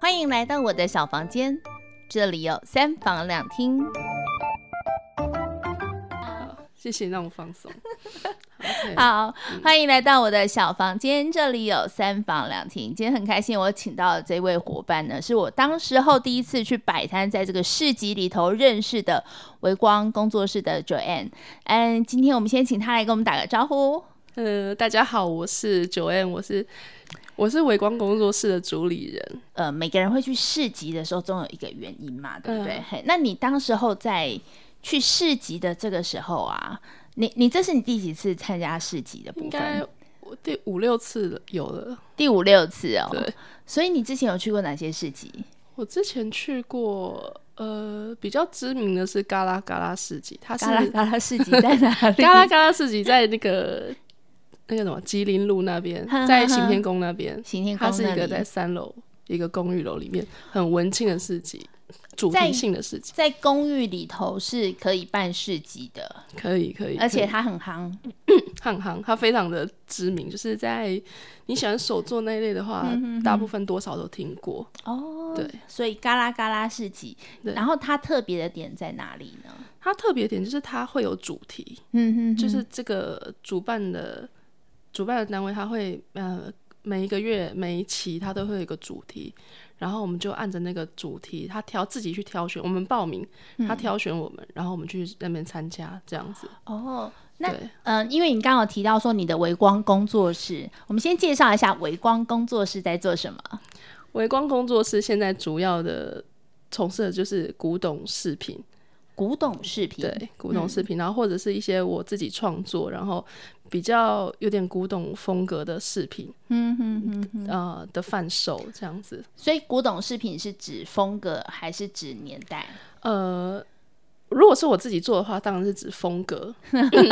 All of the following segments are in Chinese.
欢迎来到我的小房间，这里有三房两厅。谢谢让我放 松。OK，好，嗯欢迎来到我的小房间，这里有三房两厅。今天很开心，我请到的这位伙伴呢，是我当时候第一次去摆摊，在这个市集里头认识的微光工作室的 Joanne。嗯，今天我们先请他来跟我们打个招呼。呃，大家好，我是九 N，我是我是微光工作室的主理人。呃，每个人会去市集的时候，总有一个原因嘛，对不对？嗯嘿那你当时候在去市集的这个时候啊，你你这是你第几次参加市集的部应该分？我第五六次了有了。第五六次哦。对。所以你之前有去过哪些市集？我之前去过，呃，比较知名的是嘎啦嘎啦市集，它是 嘎啦嘎啦市集在哪里？，嘎啦嘎啦市集在那个那个什么 吉林路那 边在行天宫那 边，行天宫它是一那个里在三楼一个公寓楼里面很文青的市集，主在题性的市集，在公寓里头是可以办市集的，可以可以，而且可以它很夯。汉行，它非常的知名，就是在你喜欢手作那一类的话，嗯大部分多少都听过。哦对，所以嘎啦嘎啦市集，对然后它特别的点在哪里呢？它特别点就是它会有主题，嗯哼就是这个主办的主办的单位，它会呃每一个月每一期它都会有一个主题，然后我们就按着那个主题，他挑自己去挑选，我们报名，嗯他挑选我们，然后我们去那边参加这样子。哦，那对，嗯，因为你刚好提到说你的微光工作室，我们先介绍一下微光工作室在做什么。微光工作室现在主要的从事的就是古董饰品。古董饰品，对，古董饰品，然后或者是一些我自己创作，然后比较有点古董风格的饰品，嗯哼哼哼。呃的贩售这样子。所以古董饰品是指风格还是指年代？呃，如果是我自己做的话，当然是指风格。因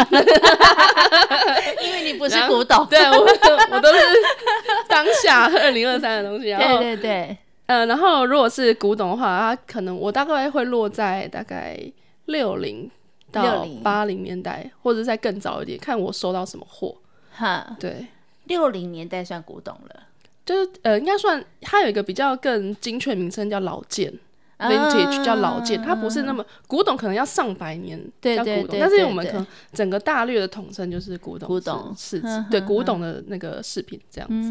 为你不然后古董，对我，我都是 当下二零二三的东西。然对后，对对，呃，然后如果是古董的话，它可能我大概会落在大概六零。到60八零年代，或者再更早一点，看我收到什么货。哈，对，六零年代算古董了。就是呃，应该算它有一个比较更精确名称叫老件。vintage 啊叫老件，它不是那么古董，可能要上百年对叫古对董，对但是对我们对可能整个大略的统称就是古董古董嗯市哼集，对古董的那个饰品这嗯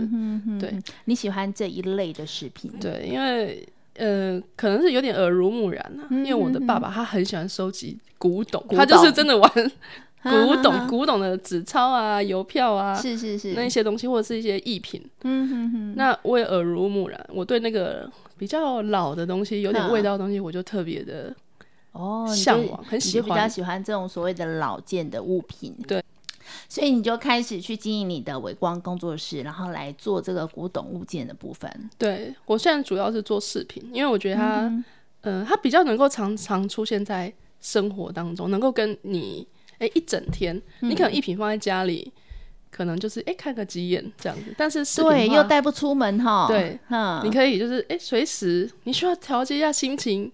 样子，对你喜欢这一类的饰品，对，因为呃，可能是有点耳濡目染啊，因为我的爸爸他很喜欢收集古董，嗯古他就是董 真的玩古哈董，古董的纸钞啊、邮票啊。是是那一是，些东西，或者是一些艺品，嗯哼哼，那我也耳濡目染，我对那个比较老的东西、有点嗯味道的东西，我就特别的哦，你就向往很你喜就比欢较喜欢这种所谓的老件的物品，对，所以你就开始去经营你的微光工作室，然后来做这个古董物件的部分，对我现在主要是做饰品，因为我觉得它，嗯呃，它比较能够常常出现在生活当中，能够跟你，哎、一整天，你嗯可能一瓶放在家里，可能就是哎、诶看个几眼这样子，但是饰品对，的话又带不出门哈，对，你嗯，可以就是哎，随、时你需要调节一下心情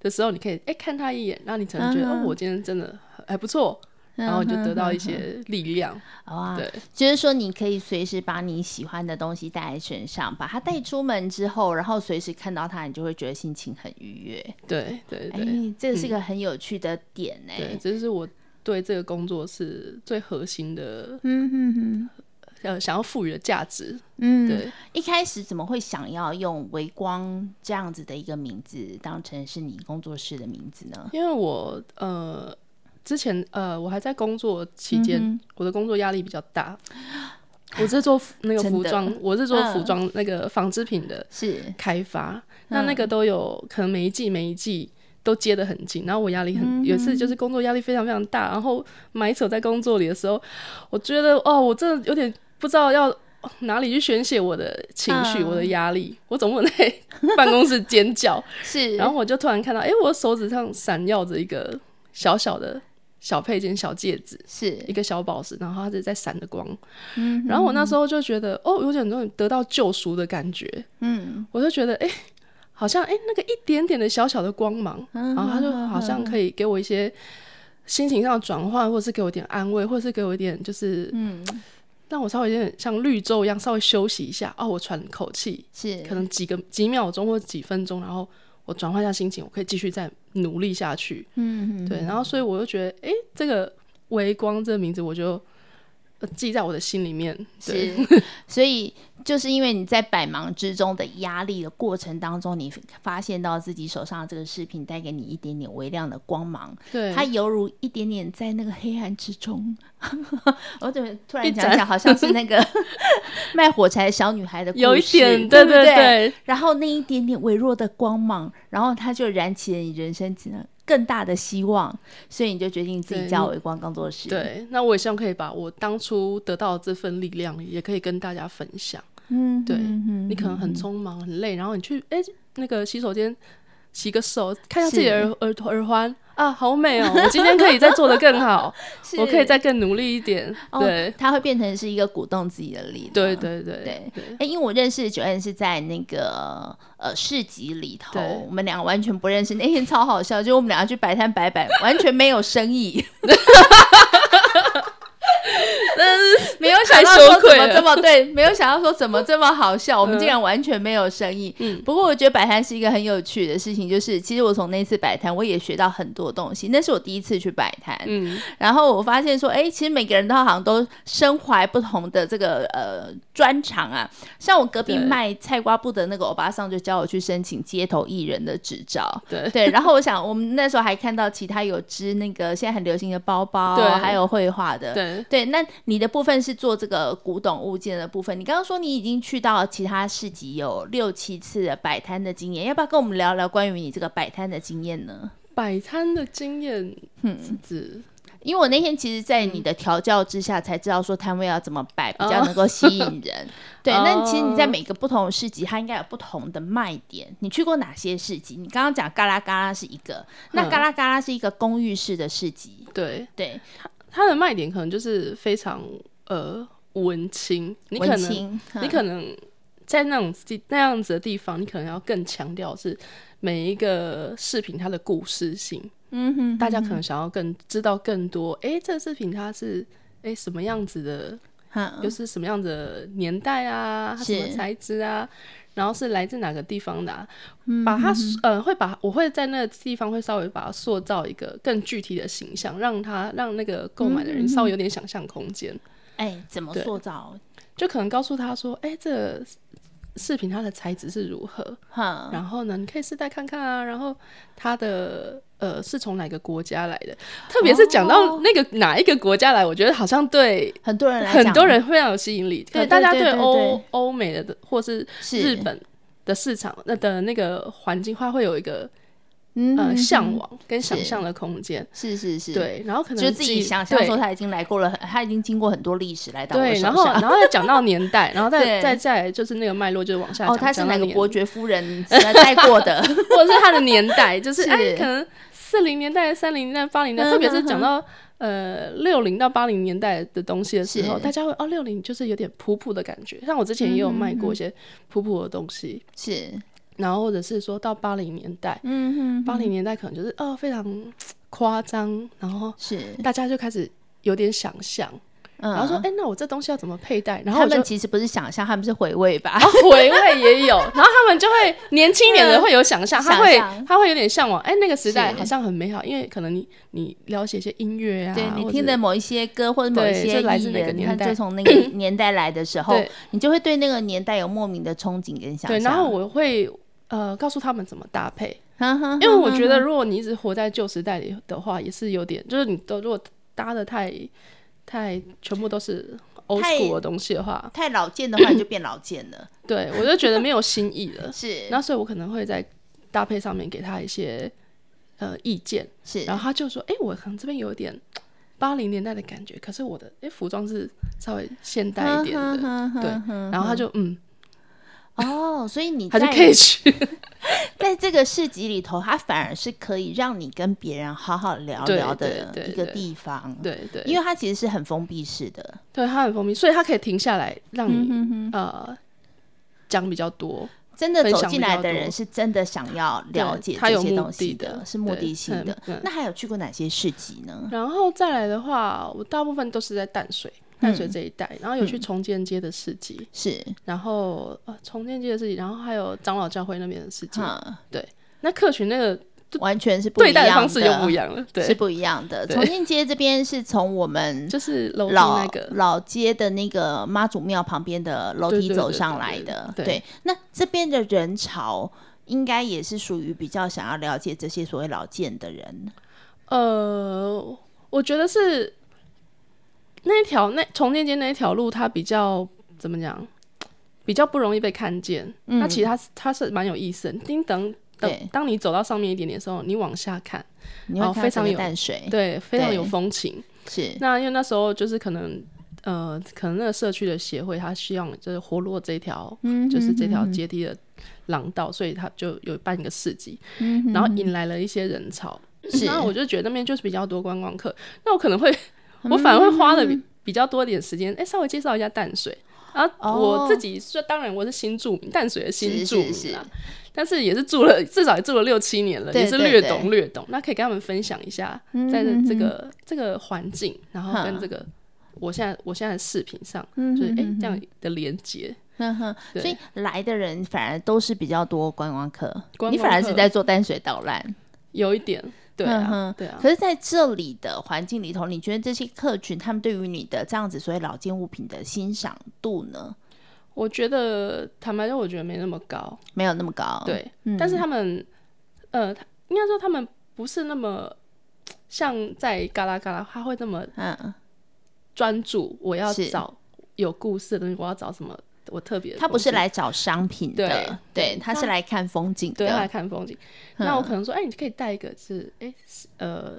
的时候，你可以哎、诶看它一眼，然后你才能觉得、嗯哼嗯哦，我今天真的还不错，然后你就得到一些力量，哇，对。啊就是说你可以随时把你喜欢的东西带在身上，把它带出门之后，然后随时看到它，你就会觉得心情很愉悦，对对哎对、，嗯这是个很有趣的点哎，对，这是我对这个工作是最核心的嗯哼哼。呃想要赋予的价值。嗯，对，一开始怎么会想要用“微光”这样子的一个名字当成是你工作室的名字呢？因为我呃之前呃我还在工作期间，嗯我的工作压力比较大。我是做服那个啊真服的装，我是做服嗯装那个纺织品的是，开发，那那个都有可能每一季每一季都接得很紧，然后我压力很、有一次就是工作压力非常非常大，然后埋首在工作里的时候，我觉得哦，我真的有点不知道要。哪里去宣泄我的情绪、嗯我的压力？我总不能在办公室尖叫。 是，然后我就突然看到，哎、我手指上闪耀着一个小小的小配件、小戒指，一是，嗯个小宝石，然后它是在闪着光。然后我那时候就觉得，哦，有点那种得到救赎的感觉。嗯，我就觉得，哎、好像哎、诶那个一点点的小小的光芒，嗯然后它就好像可以给我一些心情上的转换，或者是给我一点安慰，或者是给我一点就是嗯但我稍微有点像绿洲一样，稍微休息一下，哦，我喘口气，是可能几个几秒钟或几分钟，然后我转换一下心情，我可以继续再努力下去。嗯，嗯对，然后所以我就觉得，诶，这个微光这个名字，我就呃记在我的心里面。对，是，所以就是因为你在百忙之中的压力的过程当中，你发现到自己手上的这个饰品带给你一点点微亮的光芒，对，它犹如一点点在那个黑暗之中。 我怎么突一然讲讲，盏好像是那个 卖火柴的小女孩的故事，有一点，对不对对对，然后那一点点微弱的光芒，然后它就燃起了你人生更大的希望，所以你就决定自己对叫你微光工作室。，对，那我也希望可以把我当初得到的这份力量，也可以跟大家分享。嗯，对嗯嗯你可能很嗯匆忙、很累，然后你去哎、那个洗手间洗个手，看一下自己的耳耳耳环啊，好美哦！我今天可以再做得更好，是我可以再更努力一点。哦对，它会变成是一个鼓动自己的力量。对对对对对哎、因为我认识九恩是在那个呃市集里头对，我们两个完全不认识。那天超好笑，就我们两个去摆摊摆摆，完全没有生 意。没有想到太羞说愧怎了嗯么这么对，没有想到说怎么这么好 笑，我们竟然完全没有生意。不过我觉得摆摊是一个很有趣的事情，就是其实我从那次摆摊，我也学到很多东西。那是我第一次去摆摊，嗯，然后我发现说，哎，其实每个人都好像都身怀不同的这个呃专长啊。像我隔壁对卖菜瓜布的那个欧巴桑就教我去申请街头艺人的执 照。对对，然后我想，我们那时候还看到其他有织那个现在很流行的包包，对还有绘画的。对对，那你的部分是做这个古董物件的部分。你刚刚说你已经去到其他市集有六七次的摆摊的经验，要不要跟我们聊聊关于你这个摆摊的经验呢？摆摊的经验，嗯，指因为我那天其实，在你嗯的调教之下，才知道说摊位要怎么摆比哦较能够吸引 人。对，那其实你在每个不同的市集，它应该有不同的卖点。你去过哪些市集？你刚刚讲嘎啦嘎啦是一个，那嗯嘎啦嘎啦是一个公寓式的市集。对对，它的卖点可能就是非常呃文青，你可文能青，你嗯可能在那种地那样子的地方，你可能要更强调是每一个饰品它的故事性。嗯哼，大家可能想要更知道更多，诶，这个饰品它是诶什么样子的，嗯又是什么样的年代啊，它是什么材质啊，然后是来自哪个地方的、啊，嗯把它呃会把我会在那个地方会稍微把它塑造一个更具体的形象，让它让那个购买的嗯人稍微有点想象空间，哎，怎么对塑造？就可能告诉他说，哎诶，这个饰品它的材质是如何，哼，然后呢，你可以试戴看看啊。然后它的呃是从哪个国家来的？特别是讲到那个哪一个国家来，我觉得好像对很多哦人来讲，很多人非常有吸引力。可对能大家对对对对欧对欧美的或是是日，本的市场那的那个环境，它会有一个嗯呃哼向，往跟想是象的空间。是是是，，对，然后可能就自己几想象对说他已经来过了很，他已经经过很多历史来到我对，手然后上然后再讲到年代，然后再 对再再来就是那个脉络，就是往下讲。哦，他是讲到哪个年伯爵夫人带过 的？ 或者是他的年 代，就是是哎，可能四零年代、三零年代、八零年嗯代，特别是哼讲到呃六零到八零年代的东西的时候，是大家会哦，六零就是有点普普的感觉。像我之前也有卖过嗯一些普普的东西，是，然后或者是说到八零年代，嗯八零年代可能就是哦非常夸张，然后是，大家就开始有点想象，嗯然后说哎，那我这东西要怎么佩戴？然后他我就哦们其实不是想象，他们是回味吧？然后回味也有，然后他们就会年轻一点的会有想象，嗯他会想象他会有点向往，哎，那个时代是好像很美好，因为可能你你了解一些音乐啊， 对你或者听的某一些歌或者某一对些就来自艺哪个人，年他代就从 那个年代来的时候对，你就会对那个年代有莫名的憧憬跟想对，象。然后我会呃告诉他们怎么搭配， 哼，哼因为我哼觉哼得如果你一直活在旧时代里的话，也是有点，就是你都如果搭的太太全部都是 old 太 school 的东西的话，太老见的话，你就变老见 了。，对我就觉得没有新意 了是那所以我可能会在搭配上面给他一些呃意见。是，然后他就说：“哎、我可能这边有一点八零年代的感觉，可是我的哎、服装是稍微现代一点的。嗯对对然后他就嗯，哦，所以你他就在可以 去。在这个市集里头，它反而是可以让你跟别人好好聊对聊对的对一个对地方。对对，因为它其实是很封闭式的，对他很风靡，所以他可以停下来让嗯你、呃讲比较多。真的分走享进比来较的多人是真的想要了对解他这有些目东西的的是目对的性嗯的嗯。那还有去过哪些市集呢？然后再来的话，我大部分都是在淡水，淡嗯水这一带，然后有去重建街的市集，是，然后呃重建街的市集，然后还有长老教会那边的市集。嗯，那客群那个完全是不对一待的样方式又不一样了，是对，不一样的。对重庆街这边是从我们就是楼梯老啊那个老街的那个妈祖庙旁边的楼对梯对走对上对来对的。对那这边的人潮应该也是属于比较想要了解这些所谓老件的人。呃，我觉得是那一条那重建街那一条路，它比较怎么讲，比较不容易被看见。嗯那其嗯实它是它是蛮有意思的，叮等对等，当你走到上面一点点的时候，你往下看，你会哦看到非整常个有淡水，对，非常对有风情。是那因为那时候就是可能。呃，可能那个社区的协会，它希望就是活络这条，嗯就是这条阶梯的廊道，所以它就有办一个市集，嗯然后引来了一些人潮。是然后我就觉得那边就是比较多观光客，那我可能会，嗯我反而会花的比,、比较多点时间，哎，稍微介绍一下淡水。然后哦我自己说，当然我是新住民，淡水的新是住民是啦，是但是也是住了至少也住了六七年了，对也是对略对懂略懂。那可以跟他们分享一下，嗯在这这个这个环境，然后跟这个我现在我现在的视频上，嗯就是哎这样的连接，哼嗯哼，所以对来的人反而都是比较多观光客，观你光反而是客在做淡水导览。有一点对嗯哼啊对啊。可是在这里的环境里头，你觉得这些客群他们对于你的这样子所谓老件物品的欣赏度呢，我觉得坦白说，我觉得没那么高，没有那么高？，对，但是他们，呃，他应该说他们不是那么像在嘎啦嘎啦，他会那么嗯，专注，我要是找有故事的东西，我要找什么我特别的他不东是西来找商品的，对对，对他是他来看风景对他来的，嗯看风景，那我可能说，哎、你可以带一个是哎、是呃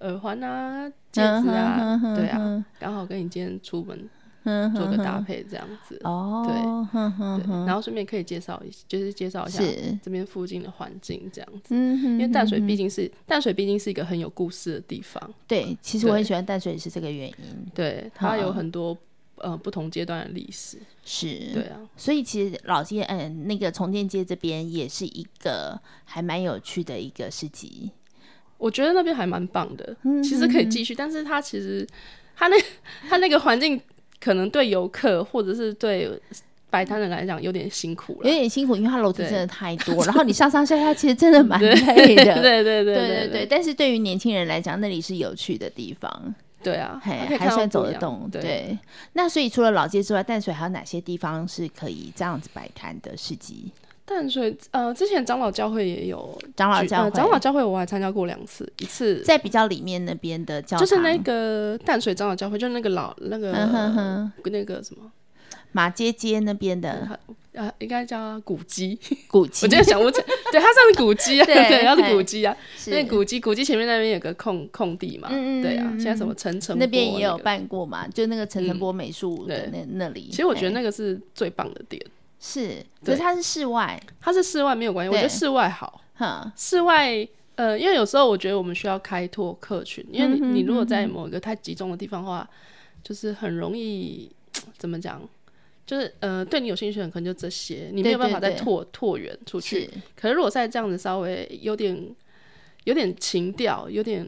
耳环嗯啊、戒指啊，对啊，刚好跟你今天出门嗯做个搭配这样子，哦，对哼哼，对，然后顺便可以介绍一，就是介绍一下是，这边附近的环境这样子。嗯哼，因为淡水毕竟是淡水，毕竟是一个很有故事的地方，对，其实我很对喜欢淡水也是这个原因，对，好它有很多呃不同阶段的历史，是，对啊，所以其实老街，嗯，那个重建街这边也是一个还蛮有趣的一个市集，我觉得那边还蛮棒的，嗯其实可以继续，但是它其实它那它那个环境可能对游客或者是对摆摊人来讲有点辛苦有了，点辛苦，因为它楼梯对真的太 多，然后你上上下下其实真的蛮累对的。对对对对对对但是对于年轻人来讲，那里是有趣的地方，对啊，嘿它可以，还看到算走不一得样动。对，对，那所以除了老街之外，淡水还有哪些地方是可以这样子摆摊的市集？淡水呃之前长老教会也有长老举教会，呃长老教会我还参加过两次，一次在比较里面那边的教堂，就是那个淡水长老教会，就是那个老那个、嗯哼哼那个什么，马街街那边的呃，应该叫它古 迹。古迹，我今天想不起来，对，它算是古迹啊，对对，它是嘿古迹啊。是那古迹，古迹前面那边有个空空地嘛，嗯嗯对啊嗯。嗯现在什么陈诚那边国啊也有个。办过嘛，就那个陈诚波美术的嗯那、那里。其实我觉得嘿那个是最棒的点，是，可对是它是室外，它是室外没有关系，我对觉得室外好，哈，室外。呃，因为有时候我觉得我们需要开拓客群，因为嗯你、哼你如果在某一个太集中的地方的话，就是很容易怎么讲，就是呃，对你有兴趣的人可能就这些，你没有对对办法再对拓拓远出去。是，可是如果再这样子稍微有点有点情调、有点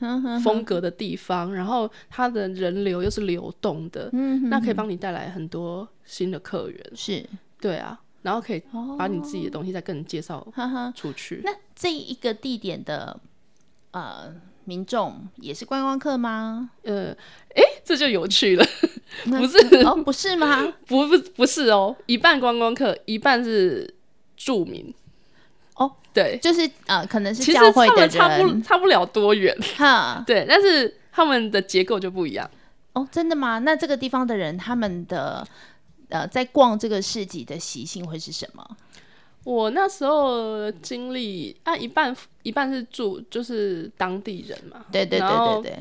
哼嗯哼风格的地方，然后它的人流又是流动的，那可以帮你带来很多新的客源。嗯是，对啊，然后可以把你自哦己的东西再更介绍哈哈。出去。那这一个地点的呃民众也是观光客 吗？呃，诶，这就有趣了，不是哦，不是吗？ 不不不是哦，一半观光客，一半是住民。哦，对，就是呃，可能是其实教会他的们差不人，差不了多远， 哈，对，但是他们的结构就不一样。哦，真的吗？那这个地方的人，他们的呃，在逛这个市集的习性会是什么？我那时候的经历，啊，一半一半是住就是当地人嘛，对对对然后对对，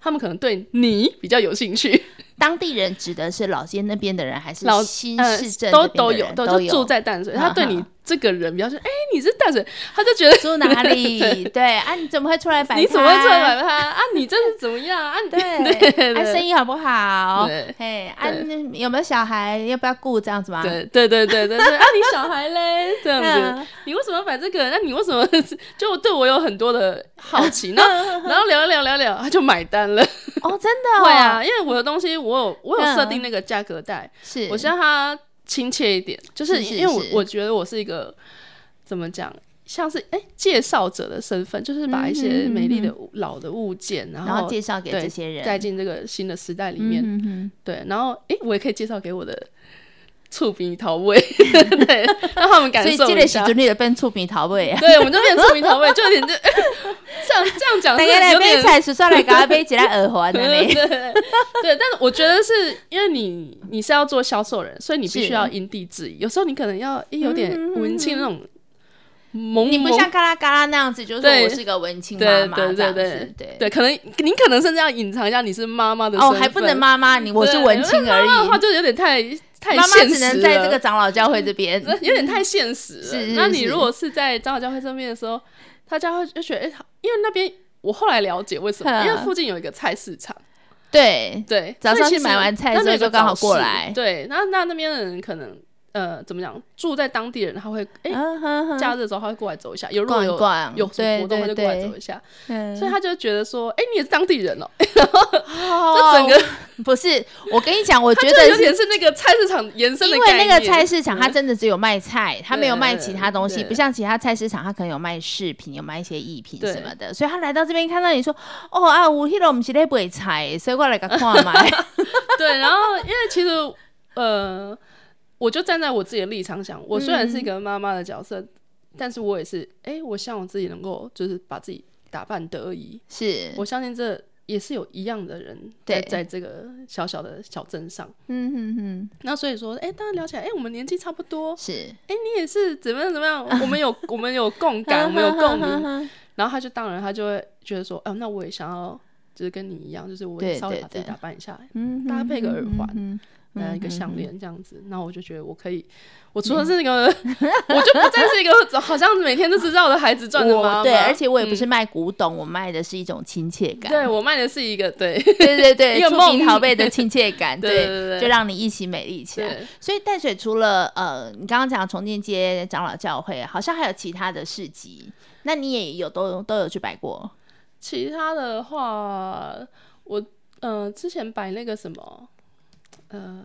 他们可能对你比较有兴趣，当地人指的是老街那边的人，还是老新呃市镇都这边的有人，都都嗯就住在淡水，哈哈他对你这个人比较说，哎、你是淡水，他就觉得住哪 里？对啊，你怎么会出来摆摊？你怎么会这么摆摊啊？你真的怎么样啊？ 你对，对按、生意好不好？啊对 嘿，按、有没有小孩，要不要顾这样子吗？对对对对对对，啊，你小孩嘞？ 这样嗯子，你为什么买这个？那你为什么 就对我有很多的好奇？ 然后然后聊一聊聊一聊，他就买单了。哦，真的、哦， 会啊，，因为我的东西我有我有设嗯定那个价格带，是，我希望它亲切一点，就是是是因为我是我觉得我是一个怎么讲，像是哎、介绍者的身份，就是把嗯一些美丽的物老的物件，然然后后介绍给对这些人，带进这个新的时代里面。嗯哼对，然后哎、我也可以介绍给我的醋鼻桃味， 对，让他们哼感所以受这一个时下。阵你就变醋米桃味啊。对，我们就变醋鼻桃味，就 有点这这样这样讲，大是家来有买点菜，叔叔来给我买一个耳环的呢。对 对对，对但是我觉得是因为你你是要做销售人，所以你必是须要因地制宜。有时候你可能要诶有点文青那种萌嗯你萌，不像嘎啦嘎啦那样子，就是说对我是个文青妈对妈对这样对子对，对。对，可能你可能甚至要隐藏一下你是妈妈的哦，身还不份能妈妈，你我是对文青而已。妈妈的话，就有点太太妈妈现只能实在这个了，长老教会这边。有点太现实了。是是那你是如果是在长老教会这边的时候，大家会就觉得，诶哎好因为那边我后来了解为什么，因为嗯附近有一个菜市场。对，对，早所以上其去实买完菜那之后边有个就刚好早市过来对，那那那边的人可能呃怎么讲，住在当地人他会哎、嗯哼哼假日的时候他会过来走一下，有如果逛一有逛，有什么对活动他对就过来走对，一下，嗯所以他就觉得说，哎、你也是当地人哦、哦就整个 不是，我跟你讲，我觉就得有是点是那个菜市场延伸的因为那个概念嗯菜市场它真的只有卖菜，它没有卖其他东西，对不像其他菜市场它可能有卖饰品，有卖一些艺品对什么的，所以他来到这边看到你说，哦啊，我迄个不是咧卖菜，所以我来个看嘛。 对，然后因为其实呃，我就站在我自己的立场想，我虽然是嗯一个妈妈的角色，但是我也是哎、我希望我自己能够就是把自己打扮得宜，是，我相信这也是有一样的人对在在这个小小的小镇上。嗯哼哼，那所以说，哎、大家聊起来，哎、我们年纪差不多，是，哎、你也是怎么样怎么样，我们有我们有共感，我们有共 鸣。鸣，然后他就当然他就会觉得说，哦、那我也想要，就是跟你一样，就是我对也稍微对把自己对打扮一下，嗯搭配个耳环嗯戴、一个项链这样子。那我就觉得我可以，我除了是那个，我就不再是一个 好像每天都是绕着孩子转的妈妈。我对，而且我也不嗯是卖古董，我卖的是一种亲切感。对我卖的是一个对对对对，一个触梦屏桃贝的亲切感，对对对对就让你一起美丽起来。对。所以淡水除了呃，你刚刚讲重建街长老教会，好像还有其他的市集，那你也有都都有去摆过，其他的话，我呃之前摆那个什么，呃，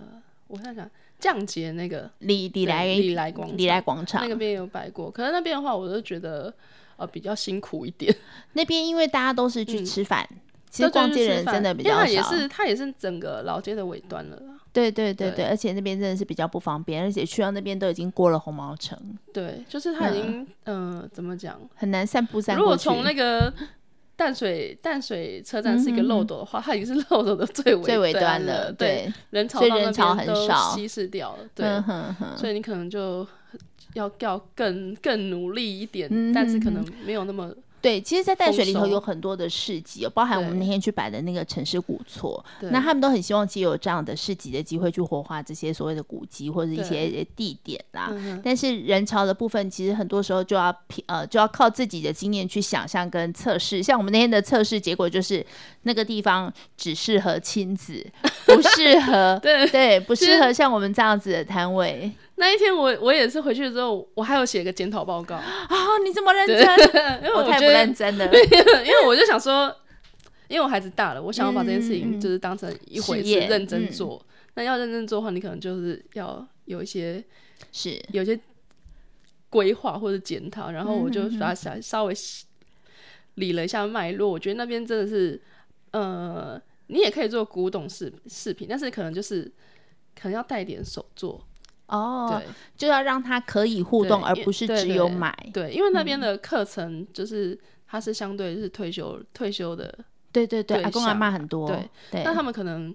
我想想，降节那个李李对来李来广场李来广场那个边有摆过，可是那边的话，我就觉得呃比较辛苦一点。那边，因为大家都是去嗯吃饭，其实对逛就是街吃人饭真的比因为较它也少。是它也是整个老街的尾端了啦。对对对对对，而且那边真的是比较不方便，而且去到那边都已经过了红毛城，对，就是它已经呃怎么讲？很难散步嗯散如过果去。嗯从那个淡水淡水车站是一个漏斗的话，它已经是漏斗的最尾最尾端端了，对，对，人潮所以到人那潮边很都少稀释掉了，对。嗯哼哼，所以你可能就要要更更努力一点，嗯但是可嗯能没有那么对，其实，在淡水里头丰收有很多的市集哦，包含我们对那天去摆的那个城市古厝，对那他们都很希望其实有这样的市集的机会去活化这些所谓的古迹或者一对些地点啦。嗯哼但是人潮的部分，其实很多时候就要凭呃就要靠自己的经验去想象跟测试。像我们那天的测试结果就是，那个地方只适合亲子，不适 合对对，不其适实合像我们这样子的摊位。那一天我我也是回去之后，我还有写一个检讨 报告，啊、你这么认真，因为我太不觉得认，真了。 因为我就想说，因为我孩子大了，我想要把这件嗯嗯事嗯情就是当成一回事事业认真嗯做。那要认真做的话，你可能就是要有一些是，有一些规划或者检讨，然后我就嗯把它稍稍微理了一下脉络。我觉得那边真的是，呃，你也可以做古董饰饰品，但是可能就是可能要带点手作，哦，对就要让他可以互动，对而因不是对只对有买。对，因为那嗯边的课程就是它是相对就是退休退休的，对对对，对阿公阿像妈很多，对对那他们可能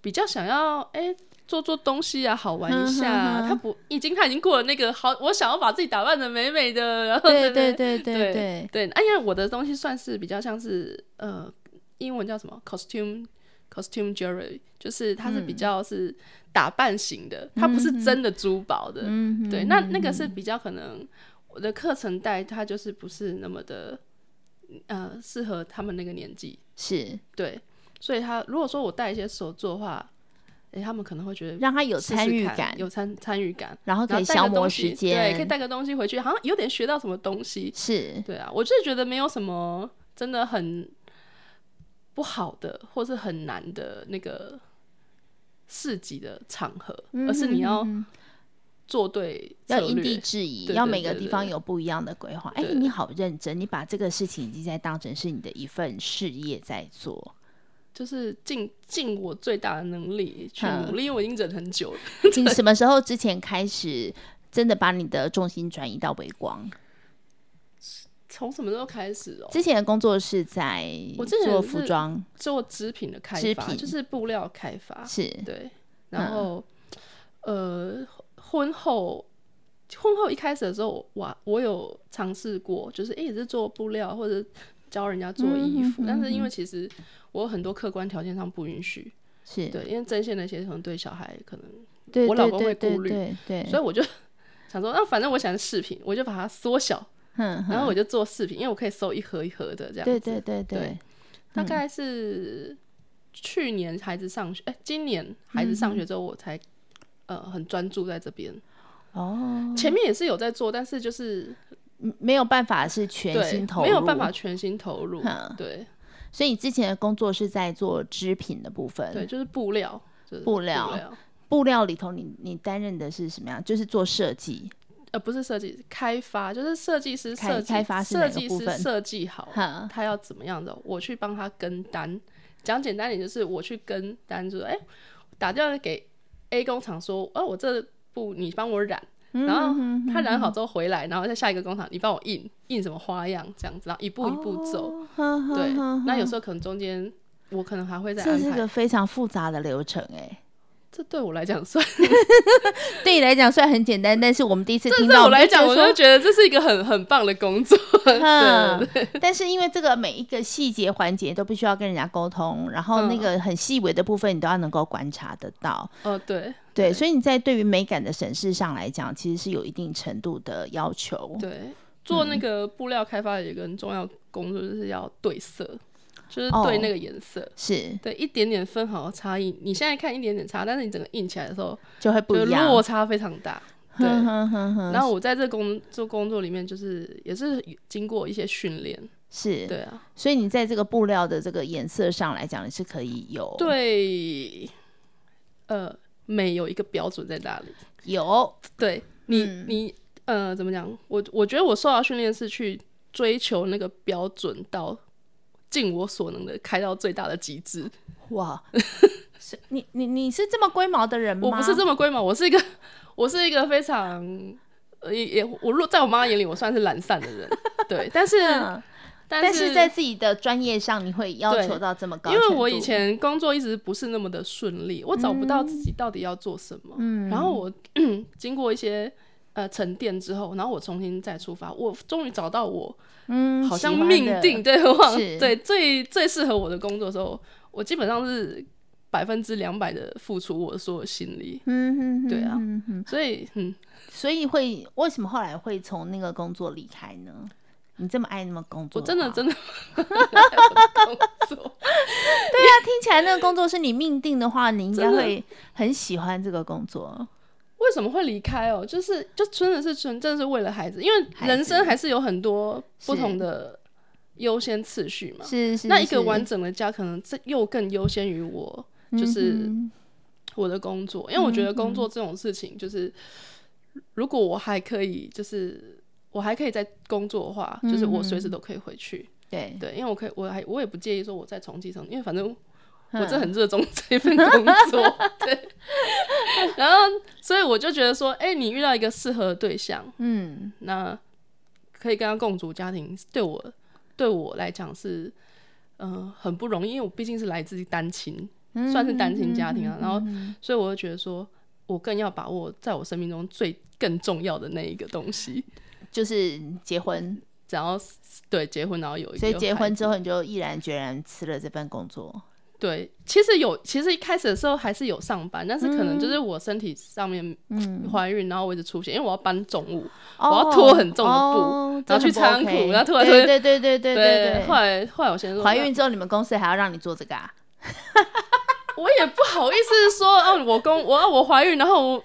比较想要哎。做做东西啊，好玩一下嗯哼啊。哼哼他不已经他已经过了那个好，我想要把自己打扮的美美的，然后对在那对对对对对，对，啊，因为我的东西算是比较像是呃，英文叫什么 costume costume jewelry，就是它是比嗯较是打扮型的，它不是真的珠宝的。嗯对，那那个是比较可能我的课程带它就是不是那么的呃适合他们那个年纪。是对，所以他如果说我带一些手作的话，哎，他们可能会觉得让他有试试参与看感，有参参与感，然后然可以后带消个磨东西时间，对，可以带个东西回去，好像有点学到什么东西。是对啊，我就是觉得没有什么真的很不好的，或是很难的那个市集的场合，而是你要嗯做对要策因地略。制宜，对要对每个对地对方有不一样的规划。哎，对你好认真，你把这个事情已经在当成是你的一份事业在 做。就是尽尽我最大的能力去嗯努力，因为我已经忍很久了。你什么时候之前开始真的把你的重心转移到微光？从什么时候开始哦？之前的工作是在我之前做服是装，做织品的开织发，品就是布料开发。是啊对，嗯然后、呃，婚后婚后一开始的时候，我我有尝试过，就是诶也是做布料或者教人家做衣服，嗯哼但是因为其实我有很多客观条件上不允许，是，对，因为针线那些可能对小孩可能，对我老对公对会对顾虑对对，所以我就 想说，那啊反正我想视频，我就把它缩小，哼然哼后我就做视频，因为我可以收一盒一盒的这样嗯对子，对对对对，嗯大概是去年孩子上学，哎、今年孩子嗯上学之后，我才、呃很专注在这边。哦，前面也是有在做，但是就是嗯没有办法是全对心投入，没有办法。全心投入。嗯对所以你之前的工作是在做织品的部分，对，就是布料，就是布布料布料里头你，你担任的是什么样？就是做设计，呃，不是设计，开发就是设计师开设计开发是哪设个计部师分设计好哈，他要怎么样的，我去帮他跟单。讲简单点，就是我去跟单，就是哎、打电话给 A 工厂说，哦，我这布你帮我染，嗯然后他染好之后回来，然后在下一个工厂你帮我印印什么花样这样子，然后一步一哦步走。呵呵对呵，那有时候可能中间我可能还会再这安是排。个非常复杂的流程哎、这对我来讲算，对你来讲虽然很简单，但是我们第一次这听对到我来讲，我我就们觉得这是一个很很棒的工作。就觉得说，嗯但是因为这个每一个细节环节都必须要跟人家沟通，然后那嗯个很细微的部分你都要能够观察得到，哦，对对，所以你在对于美感的审视上来讲，其实是有一定程度的要求。对，做嗯那个布料开发有一个很重要的工作，就是要对色，就是哦对那个颜色。是对，一点点分毫的差异，你现在看一点点差，但是你整个印起来的时候，就会不就一样。嗯落差非常 大。对，哼哼哼哼然后我在这工做工作里面，就是也是经过一些训练。是，对啊，所以你在这个布料的这个颜色上来讲，你是可以有对，呃，美有一个标准在那里。有对你，嗯你呃，怎么讲？我我觉得我受到训练是去追求那个标准到。尽我所能的开到最大的极致。 哇！是你你你是这么龟毛的人吗？我不是这么龟毛，我是一个， 我是一个非常，呃也也，我若在我妈眼里，我算是懒散的人，对。但是，嗯但是是在自己的专业上，你会要对求到这么高因程为度？我以前工作一直不是那么的顺利，我找不到自嗯己到底要做什么。然后我 经过一些呃沉淀之后，然后我重新再出发，我终于找到我嗯，好喜像欢命的定对我是对最最适合我的工作的时候，我基本上是百分之两百的付出我的所有心力。嗯哼哼对啊哼哼所以，嗯，所以会为什么后来会从那个工作离开呢？你这么爱那么工我作话，啊真的真的 工作， 啊听起来那个工作是你命定的话，你应该真的会很喜欢这个工作。为什么会离开哦？就是就真的是纯真的是为了孩子，因为人生还是有很多不同的优先次序嘛。是是，那一个是完整的家，可能这又更优先于我，嗯就是哼我的工作，因为我觉得工作这种事情，就是如果我还可以，就是我还可以再工作的话，就是我随时都可以回去。对，对，因为我可以，我还我也不介意说我再重启什么，因为反正我嗯真的很热衷 这份工作，对。 然后，所以我就觉得说，哎、你遇到一个适合的对象，嗯，那可以跟他共组家庭，对我对我来讲是，嗯、很不容易，因为我毕竟是来自单亲，算是单亲家庭啊。然后，所以我就觉得说，我更要把握在我生命中最更重要的那一个东西，就是结婚，然后对结婚，然后有一个所以结孩婚子之后你就毅然决然辞了这份工作。对，其实有，其实一开始的时候还是有上班，但是可能嗯就是我身体上面怀孕，然后我一直出血，因为我要搬重物，我要拖很重的布哦然后去这很不仓库 OK 然后突然对就对对对对对后来后来我先生说怀孕，之后你们公司还要让你做这个啊？那我也不好意思说哦，我公我我怀孕，然后我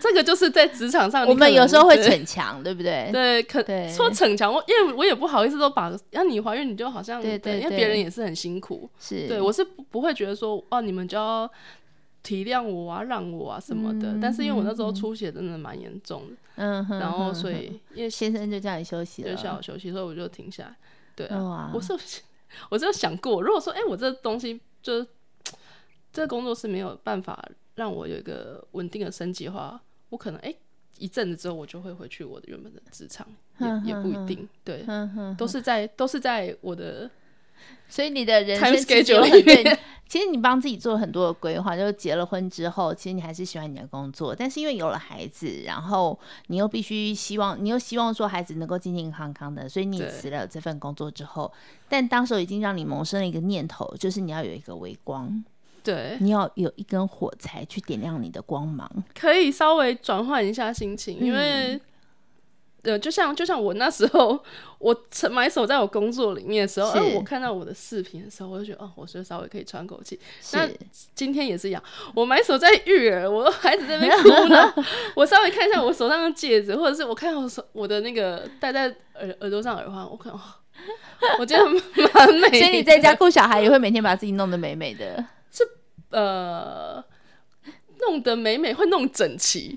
这个就是在职场上，我你们可有能时候会对逞强，对不对？对，可对说逞强，我因为我也不好意思都把，让你怀孕你就好像对对因为对别人也是很辛苦，是，对我是不不会觉得说哦，你们就要体谅我啊，让我啊什么的。但是因为我那时候出血真的蛮严重的，嗯啊哼，然后哼所哼以因为先生就叫你休息了，就下午休息，所以我就停下来。对啊，哇，我是有 我是有想过，如果说哎、我这东西就是这个工作是没有办法让我有一个稳定的升级的话，我可能哎、一阵子之后我就会回去我的原本的职场，哼也也不哼一定。对，嗯哼，都是在都是在我的所以你的人 time 生其实 schedule 有很里面 对。其实你帮自己做了很多的规划，就是结了婚之后，其实你还是喜欢你的工作，但是因为有了孩子，然后你又必须希望，你又希望说孩子能够健健康康的，所以你对辞了这份工作之后，但当时候已经让你萌生了一个念头，就是你要有一个微光，对，你要有一根火柴嗯去点亮你的光芒。可以稍微转换一下心情，嗯因为、呃，就像就像我那时候，我沉埋首在我工作里面的时候，是而我看到我的视频的时候，我就觉得哦，我就稍微可以喘口气。那是，今天也是一样，我埋首在育儿，我孩子在那边哭 呢，我稍微看一下我手上的戒指，或者是我看我手我的那个戴在耳耳朵上耳环，我看哦，我觉得蛮美的。所以你在家顾小孩也会每天把自己弄得美美的。 呃。弄得美美，会弄整齐，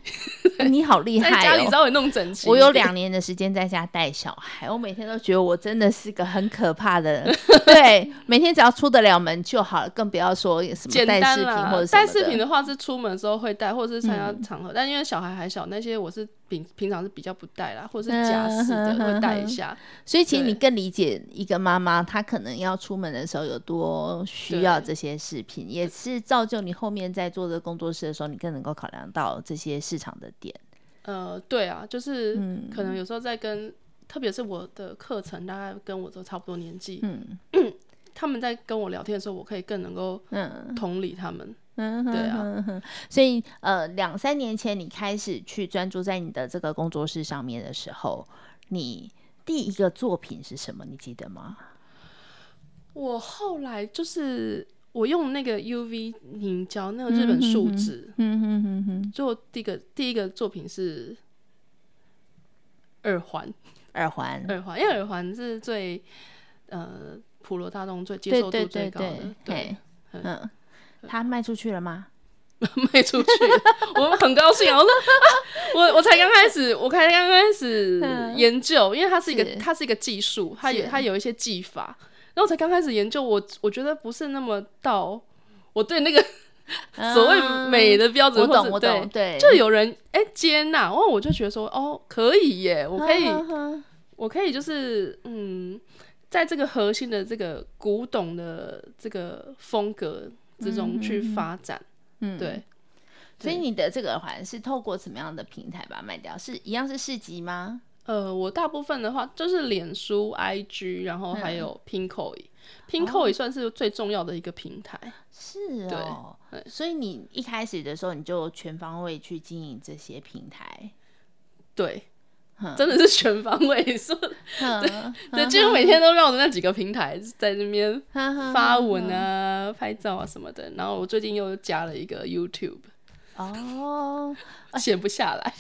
你好厉害、在哦！家里稍微弄整齐一点。我有两年的时间在家带小孩，我每天都觉得我真的是个很可怕的人。 对，每天只要出得了门就好了，更不要说什么简带单视频啦或者什么带的嗯视频的话是出门的时候会带，或者是参加场合，但因为小孩还小，那些我是平平常是比较不带啦，或者是假式的、嗯哼会带一下。所以其实你对更理解一个妈妈，她可能要出门的时候有多需要这些视频，也是造就你后面在做这个工作室的时候，你更能够考量到这些市场的点。呃，对啊，就是嗯可能有时候在跟，特别是我的课程大概跟我都差不多年纪，嗯 他们在跟我聊天的时候，我可以更能够嗯同理他们。嗯，对啊哼哼哼。所以呃，两三年前你开始去专注在你的这个工作室上面的时候，你第一个作品是什么？你记得吗？我后来就是我用那个 UV 凝胶，那个日本树脂，嗯哼哼哼，就第一个第一个作品是耳环。耳环。耳环，因为耳环是最呃普罗大众最接对受对度对最高的对，，嘿，嗯，它卖出去了吗？ 卖出去，我很高兴啊！我说、啊、我我才刚开始，我才刚开始研究，因为它是一个嗯是它是一个技术，它有是它有一些技法，然后我才刚开始研究，我我觉得不是那么到我对那个所谓美的，的标嗯准，我或懂者我对懂，对，就有人哎、接纳，然后我就觉得说哦可以耶，我可以嗯哼我可以就是嗯，在这个核心的这个古董的这个风格之中去发展，嗯，对，所以对你的这个耳环是透过什么样的平台把它卖掉？是一样是市集吗？呃，我大部分的话就是脸书、IG，然后嗯还有 Pinkoi，Pinkoi、哦也算是最重要的一个平台，是对哦，所以你一开始的时候你就全方位去经营这些平台，对。真的是全方位，说嗯哼对，几乎每天都绕着那几个平台在那边哼哼发文嗯啊、拍照啊什么的。然后我最近又加了一个 YouTube，哦，闲不下哎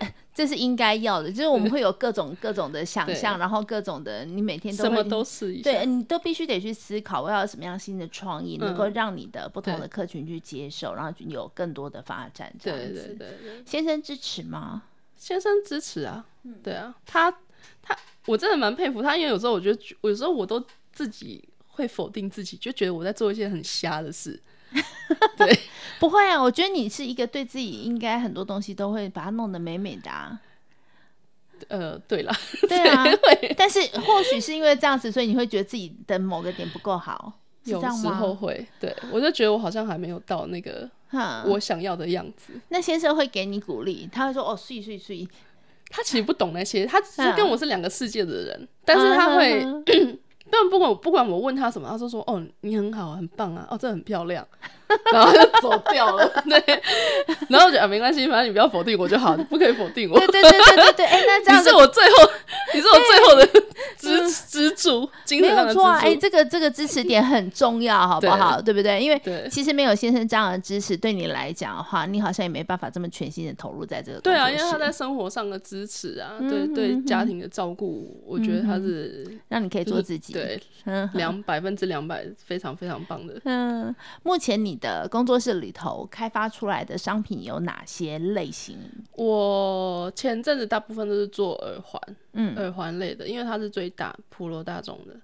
来。这是应该要的，就是我们会有各种各种的想对象，然后各种的你每天都什么会都试一下。对哎你都必须得去思考，我要有什么样新的创意，能够让你的不同的对客群去接受，然后有更多的发展。这样对子对对对，先生支持吗？先生支持啊，嗯对啊，他他我真的蛮佩服他，因为有时候我觉得，有时候我都自己会否定自己，就觉得我在做一些很瞎的事。不会啊，我觉得你是一个对自己应该很多东西都会把它弄得美美的、啊，呃，对 了，对啊。但是或许是因为这样子，所以你会觉得自己的某个点不够好，是有这样时候吗？会，对我就觉得我好像还没有到那个哈，我想要的样子。那先生会给你鼓励，他会说：“哦，睡睡睡。他其实不懂那些，他只是嗯跟我是两个世界的人，但是他会，嗯但不管我不管我问他什么，他就说哦，你很好，很棒啊，哦，这很漂亮， 然后他就走掉了。 对，然后我觉得、啊、没关系，反正你不要否定我就好，你不可以否定我 对。对对对对对，哎、那这你样子是我最后，你是我最后的支支支柱，精没神上有的错啊，支柱哎，这个这个支持点很重要，好不好？对不对？因为对其实没有先生这样的支持，对你来讲的话，你好像也没办法这么全心的投入在这个对啊，工因作为他室在生活上的支持啊，嗯对嗯对嗯家庭的照顾，我觉得他是让你可以就做是自己。对嗯，两百分之两百，非常非常棒的。嗯，目前你的工作室里头开发出来的商品有哪些类型？我前阵子大部分都是做耳环，嗯耳环类的，因为它是最大普罗大众的。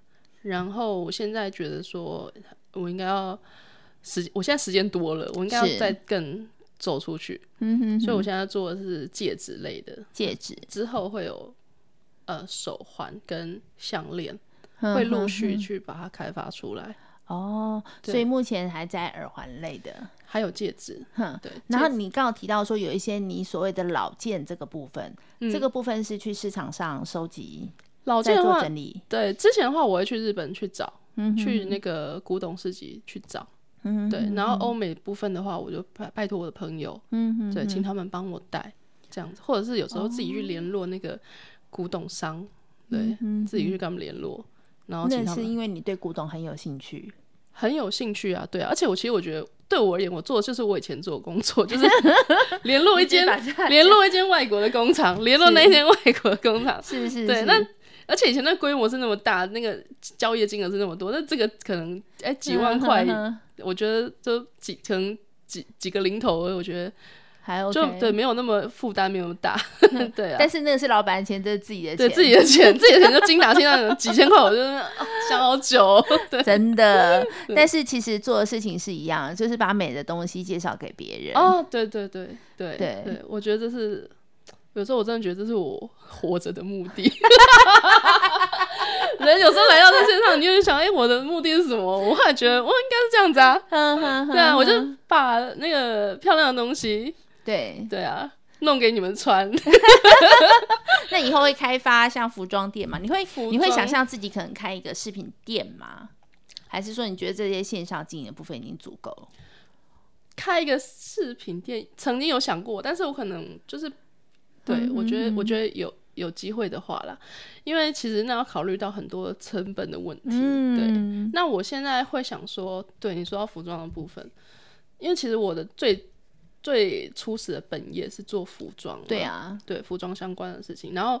然后我现在觉得说，我应该要时，我现在时间多了，我应该是要再更走出去，嗯哼所以我现在做的是戒指类的，戒指之后会有呃手环跟项链，嗯会陆续去把它开发出来，哦，对所以目前还在耳环类的。还有戒指，哼，对，然后戒你刚好提到说有一些你所谓的老件这个部分，嗯这个部分是去市场上收集，老再戒的做话，整理。对，之前的话我会去日本去找，嗯哼去那个古董市集去找。嗯对，然后欧美部分的话，我就拜拜托我的朋友，嗯哼对，请他们帮我带这样子，或者是有时候自己去联络那个古董商，嗯对，自己去跟他们联络，然后请那他是们因为你对古董很有兴 趣，很有兴趣啊，对啊，而且我其实我觉得对我而言，我做的就是我以前做的工 作，就是联络一间 联络一间外国的工厂，联络那一间外国的工厂，是是对，是那而且以前那规模是那么大，那个交易金额是那么多，那这个可能哎、几万块，嗯哼哼我觉得就几可能几几个零头，我觉得还 OK，嗯就对，没有那么负担，没有那么大， 对啊但。是那个是老板的钱，这是自己的钱，对自己的钱，自己的钱就精打细算，几千块我就啊想好久哦。对，真 的。但是其实做的事情是一样，就是把美的东西介绍给别人。哦，对对对对对对，我觉得这是有时候我真的觉得这是我活着的目的。 人有时候来到这世界上，你就会想，哎、我的目的是什么？我后来觉得我应该是这样子啊，哼嗯哼哼对啊，我就把那个漂亮的东西，对。对啊，弄给你们穿。 那以后会开发像服装店吗？你会服你会装想象自己可能开一个饰品店吗？还是说你觉得这些线上经营的部分已经足够了？开一个饰品店，曾经有想过，但是我可能就是，嗯对我觉得，我觉得有有机会的话啦，因为其实那要考虑到很多成本的问题，对。嗯，那我现在会想说，对你说到服装的部分，因为其实我的最最初始的本业是做服装，对，啊，对服装相关的事情。然后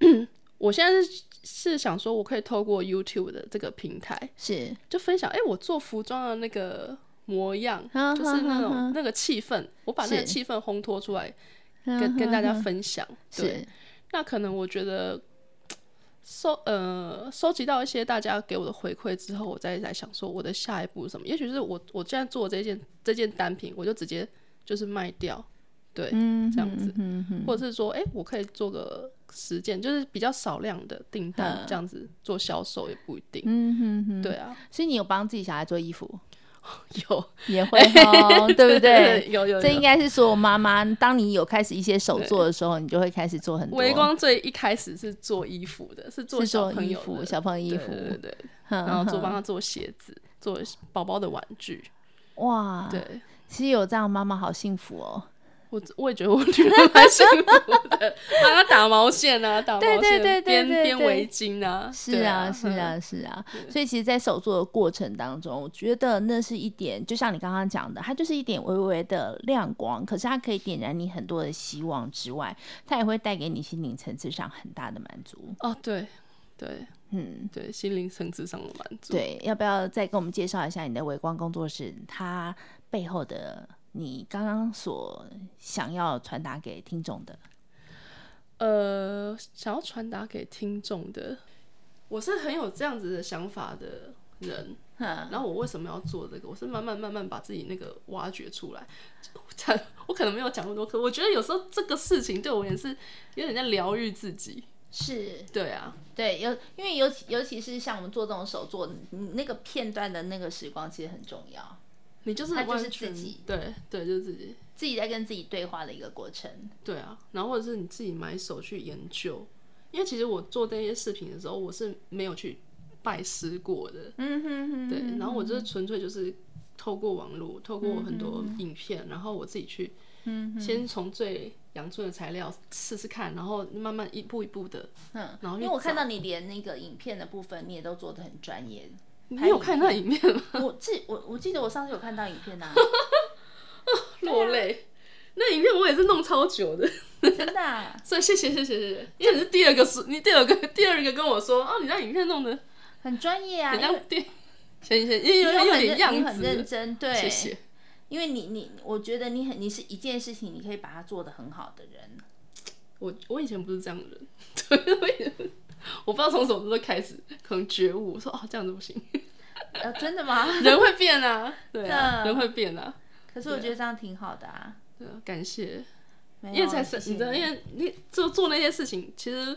我现在是是想说，我可以透过 YouTube 的这个平台，是就分享，哎、我做服装的那个模样，哈就哈是那哈种哈那个气氛，我把那个是嗯气氛烘托出来，跟跟大家分享。对，是那可能我觉得。收呃，收集到一些大家给我的回馈之后，我再来想说我的下一步是什么。也许是我我现在做这件这件单品，我就直接就是卖掉，对，嗯这样子，嗯嗯或者是说，哎、我可以做个实践，就是比较少量的订单嗯这样子做销售也不一定。嗯嗯嗯，对 啊，所以你有帮自己小孩做衣服，有也 会 哦，对不对？？有有这应有。该是所有妈妈，当你有开始一些手做的时候，你就会开始做很多。 微光最一开始是做衣服的，是做是小做朋衣友服，的小朋友衣服，嗯对对对对然然后做帮他做鞋子，做宝宝的玩具。哇，对其实有这样的妈妈好幸福哦。我我也觉得我女儿蛮幸福的， 帮她打毛线啊，打毛对线，对对对编对编对围巾啊，是对啊，是嗯啊，是啊。所以其实，在手做的过程当中，我觉得那是一点，就像你刚刚讲的，它就是一点微微的亮光，可是它可以点燃你很多的希望之外，它也会带给你心灵层次上很大的满足。哦，对对嗯，对，心灵层次上的满足。对，要不要再跟我们介绍一下你的微光工作室，它背后的你刚刚所想要传达给听众的？呃，想要传达给听众的，我是很有这样子的想法的人。嗯，然后我为什么要做这个？我是慢慢慢慢把自己那个挖掘出来。我讲，我可能没有讲那么多，可我觉得有时候这个事情对我也是有点在疗愈自己。是对啊，对，尤因为尤其尤其是像我们做这种手作，你那个片段的那个时光其实很重要，你就是它就是完全自己，对对，就是自己，自己在跟自己对话的一个过程。对啊。然后或者是你自己买手去研究，因为其实我做这些视频的时候，我是没有去拜师过的。嗯哼哼对，嗯然后我就是纯粹就是透过网络，透过很多影片，然后我自己去嗯，先从最洋最的材料试试看，然后慢慢一步一步的，嗯，然后因去为我看找到你连那个影片的部分，你也都做的很专业。你有看那一面吗？ 我记我我记得我上次有看到影片啊，落泪。那影片我也是弄超久的，真的啊、所以谢谢谢谢谢谢，因为你是第二个说，你第二个第二个跟我说，哦，你那影片弄得很专 业啊，很因为像电，行行，因你为有有很点认你样很认子，真，欸对，谢谢。因为你你我觉得你很你是一件事情，你可以把它做得很好的人。我我以前不是这样的人， 对，我以前我不知道从什么时候开始，可能觉悟，我说哦这样子不行，呃，真的吗？ 人会变啊，对真的啊，人会变啊，可是我觉得这样挺好的啊。对啊，感谢，没因为有才谢是谢你知道，因为你做做那些事情，其实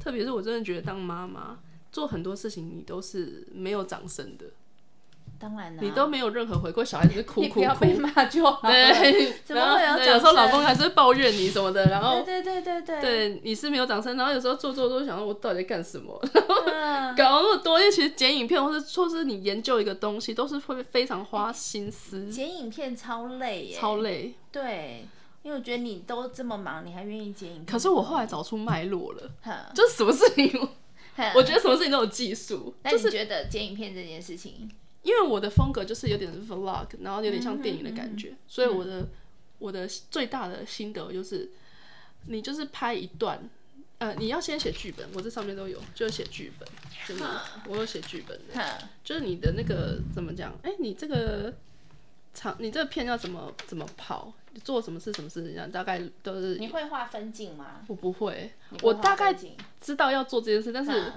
特别是我真的觉得当妈妈做很多事情，你都是没有掌声的，当然啦、你都没有任何回馈，小孩子是啊哭你哭不要被哭，骂就好了。对，怎么然后会有对掌有时候老声公还是会抱怨你什么的，然后。嗯对对对对对，对，你是没有掌声，然后有时候做做做，想说我到底在干什么？ 嗯搞那么多，因为其实剪影片或是或是你研究一个东西，都是会非常花心思，剪影片超累耶，超累。对，因为我觉得你都这么忙，你还愿意剪影片？可是我后来找出脉络了，哼，就是什么事情，我哼我觉得什么事情都有技术，那就你是觉得剪影片这件事情，因为我的风格就是有点 vlog，然后有点嗯像电影的感觉，所以我的我的最大的心得就是，你就是拍一段。呃，你要先写剧本，我这上面都有，就是写剧本，真的，我有写剧本的。哼，就是你的那个怎么讲？哎、你这个场，你这个片要怎么怎么跑？你做什么事？什么事情？这样大概都是你会画分镜吗？我不会，你会我画大概分镜知道要做这件事，但是嗯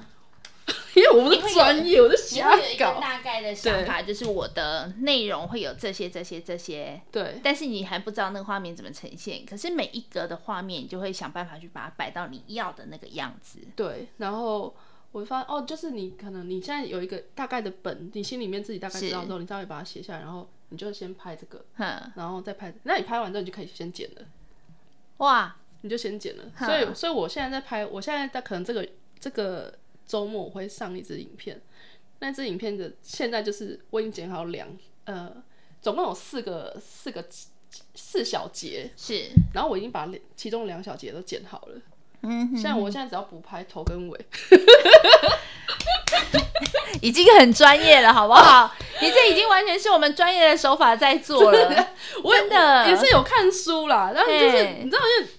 因为我不是专业，我就你瞎会有一个搞。大概的想法，就是我的内容会有这些、这些、这些，对但是你还不知道那个画面怎么呈现。可是每一格的画面，你就会想办法去把它摆到你要的那个样子。对，然后我发现哦，就是你可能你现在有一个大概的本，你心里面自己大概知道之后，你稍微把它写下来，然后你就先拍这个，哼，然后再拍。那你拍完之后，你就可以先剪了。哇，你就先剪了。哈所以，所以我现在在拍，我现在在可能这个这个周末我会上一支影片，那支影片的现在就是我已经剪好两呃，总共有四个四个四小节，是，然后我已经把两其中两小节都剪好了。嗯哼，像我现在只要补拍头跟尾，已经很专业了，好不 好？你这已经完全是我们专业的手法在做了。我也真的我也是有看书啦，但就是嘿你知道，因为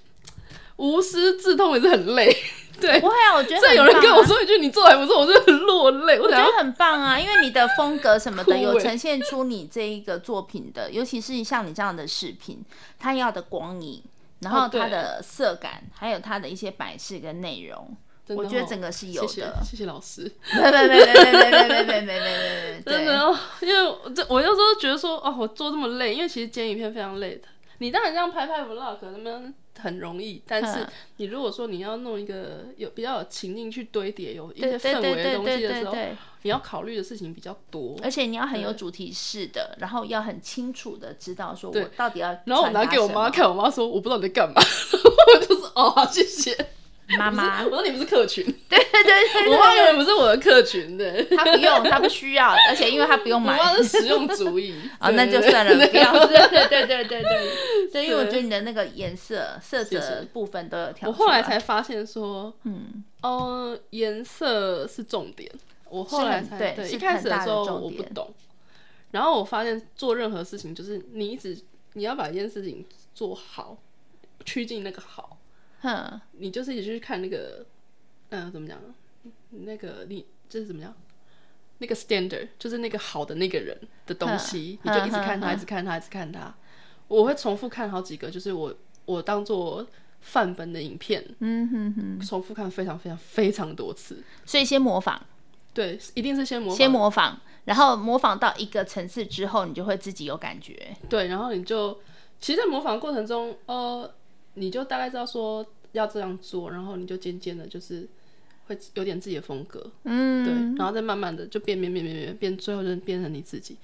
无师自通也是很累，对不。会啊，我觉得所很以有人棒跟啊我，说一句你做得还不错，我真的很落泪。我我想觉要得很棒啊，因为你的风格什么的酷欸有呈现出你这一个作品的，尤其是像你这样的视频，它要的光影，然后哦对它的色感，还有它的一些摆饰跟内容，真的我觉得哦整个是有谢谢的。谢谢老师。 没没没没没没没没没没没， 真的哦，因为我这我有时候觉得说，哦，我做这么累，因为其实剪影片非常累的。你当然这样拍拍 vlog 那么很容易，但是嗯你如果说你要弄一个有比较有情境去堆叠，有一对些对氛对围的对东西对的对时候，对，你要考虑的事情比较多。而且你要很有主题式的，然后要很清楚的知道说我对到底要。然后我拿给我妈，看，我妈说我不知道你在干嘛， 我就是哦，好 谢谢妈妈我，说你不是客群，对对对，我妈根本不是我的客群对，他不用，他不需要，而且因为他不用 我买，妈是实用主义 哦，那就对算了，不要。对对对对对对，对，因为我对觉得你的那个颜色、色泽谢谢部分都有调。我后来，才发现说，嗯，哦，颜色是重点。我后来是很才对对是一开始很大的的时候重我不点懂，然后我发现做任何事情就是你一直你要把一件事情做好，趋近那个好，哼，你就是一直去看那个，嗯、怎么讲呢？那个你就是怎么讲？那个 standard 就是那个好的那个人的东西，你哼就一直看哼他，一直看他，一直看他。我会重复看好几个，就是我我当做范本的影片，嗯哼哼，重复看非常非常非常多次。所以先模仿，对，一定是先模仿，先模仿，然后模仿到一个层次之后，你就会自己有感觉。对，然后你就其实，在模仿过程中，呃，你就大概知道说要这样做，然后你就渐渐的，就是会有点自己的风格，对，嗯，然后再慢慢的就变变变变变变，最后就变成你自己。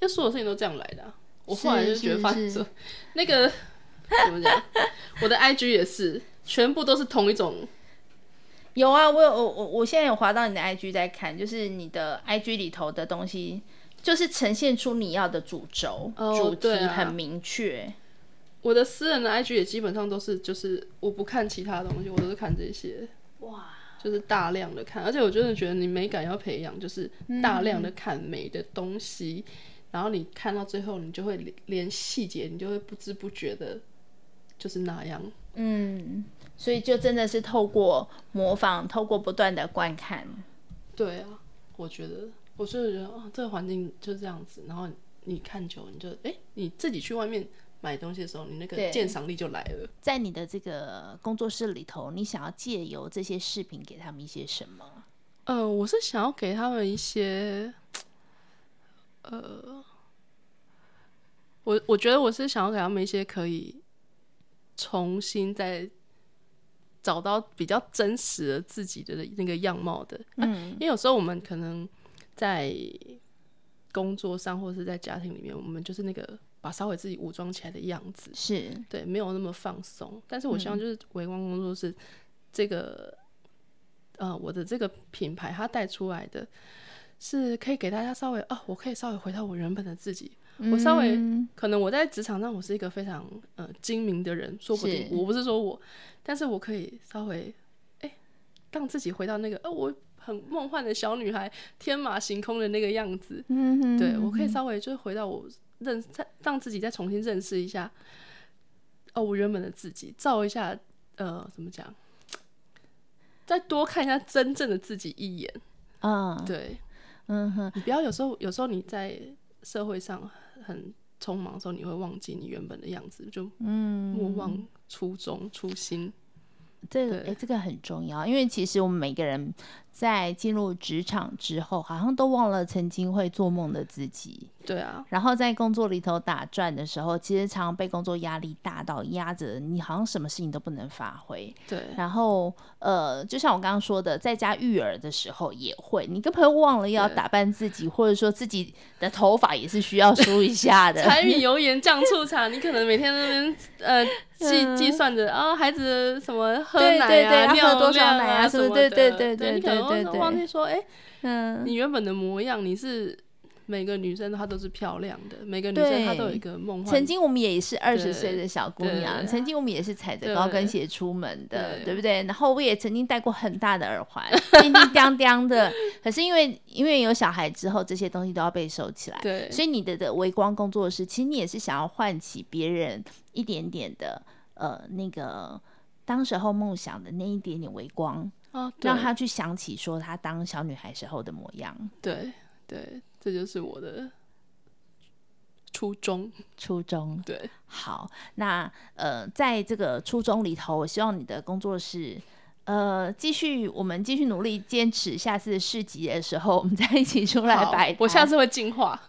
因为所有事情都这样来的啊、我后来是就觉是得发现是说， 那个怎么讲，我的 IG 也是全部都是同一种，有啊，我有我我我现在有滑到你的 IG 在看，就是你的 IG 里头的东西，就是呈现出你要的主轴、哦主题对啊很明确。我的私人的 IG 也基本上都是就是我不看其他东西，我都是看这些，哇，就是大量的看，而且我真的觉得你美感要培养，就是嗯大量的看美的东西，然后你看到最后，你就会连连细节，你就会不知不觉的，就是那样。嗯，所以就真的是透过模仿，透过不断的观看，对啊，我觉得，我就是觉得啊，这个环境就这样子，然后你看久，你就哎、诶你自己去外面买东西的时候，你那对个鉴赏力就来了。在你的这个工作室里头，你想要借由这些视频给他们一些什么？呃，我是想要给他们一些，呃，我我觉得我是想要给他们一些可以重新再找到比较真实的自己的那个样貌的，啊嗯，因为有时候我们可能在工作上或者是在家庭里面，我们就是那个把稍微自己武装起来的样子，是，对，没有那么放松。但是我希望就是微光工作室这个，呃，我的这个品牌它带出来的，是可以给大家稍微啊，我可以稍微回到我原本的自己。我稍微嗯可能我在职场上我是一个非常呃精明的人，说不定是我不是说我，但是我可以稍微哎、让自己回到那个呃我很梦幻的小女孩，天马行空的那个样子。嗯哼对我可以稍微就是回到我认再让自己再重新认识一下，哦，我原本的自己，照一下，呃，怎么讲？再多看一下真正的自己一眼，嗯对嗯哼，你不要有时候有时候你在社会上很匆忙的时候，你会忘记你原本的样子，就嗯莫忘初衷初心。这个对哎、这个很重要，因为其实我们每个人在进入职场之后，好像都忘了曾经会做梦的自己。对啊，然后在工作里头打转的时候，其实常常被工作压力大到压着，你好像什么事情都不能发挥。对然后呃，就像我刚刚说的，在家育儿的时候也会，你根本忘了要对打扮自己，或者说自己的头发也是需要梳一下的。柴米油盐酱醋茶， 你可能每天在那边呃计嗯计算着啊孩子什么喝对奶啊、对对要喝尿多少量奶啊啊是什不是么对的，对对对对你可对能对忘对忘记说，哎、嗯，你原本的模样，你是每个女生她都是漂亮的，每个女生她都有一个梦幻。曾经我们也是二十对岁的小姑对娘，曾经我们也是踩着高跟鞋出门的，对对不对？然后我也曾经戴过很大的耳环，叮 叮当当的。可是因为因为有小孩之后，这些东西都要被收起来，对所以你的的微光工作室，其实你也是想要唤起别人一点点的呃那个。当时候梦想的那一点点微光，啊，对让她去想起说她当小女孩时候的模样、对对，这就是我的初衷。初衷。对，好，那呃，在这个初衷里头，我希望你的工作室。呃，继续，我们继续努力坚持。下次市集的时候，我们再一起出来好摆摊。我下次会进化。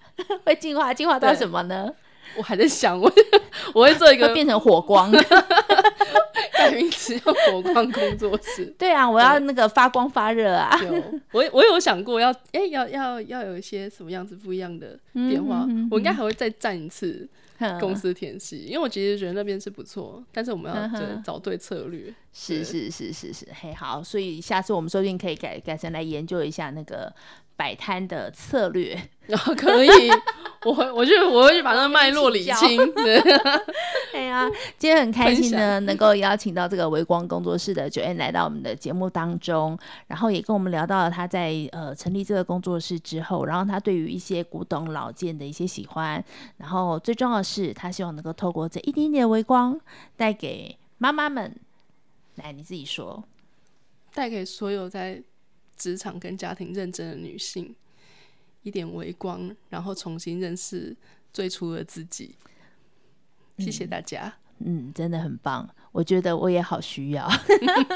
会进化，进化到对什么呢？ 我还在想，我 我会做一会个变成火光。。代名词叫火光工作室对啊，我要那个发光发热 啊！有，我我有想过要，哎、要要要有一些什么样子不一样的变化。嗯嗯嗯嗯我应该还会再站一次哼公司甜系，因为我其实觉得那边是不错，但是我们要嗯哼对找对策 略。是对是是是是，嘿，好，所以下次我们说不定可以改改成来研究一下那个摆摊的策略。然后可以，我会，我就我会去把那个脉络理清。 对，对哎呀、今天很开心分呢，能够邀请到这个微光工作室的九 N 来到我们的节目当中，然后也跟我们聊到了他在呃成立这个工作室之后，然后他对于一些古董老件的一些喜欢，然后最重要的是他希望能够透过这一点点微光带给妈妈们。来，你自己说，带给所有在职场跟家庭认真的女性一点微光，然后重新认识最初的自己。谢谢大家，嗯，真的很棒，我觉得我也好需要，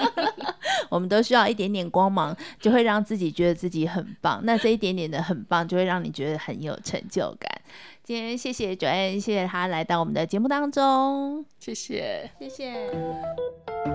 我们都需要一点点光芒，就会让自己觉得自己很棒。那这一点点的很棒，就会让你觉得很有成就感。今天谢谢九恩，谢谢他来到我们的节目当中，谢谢。谢谢。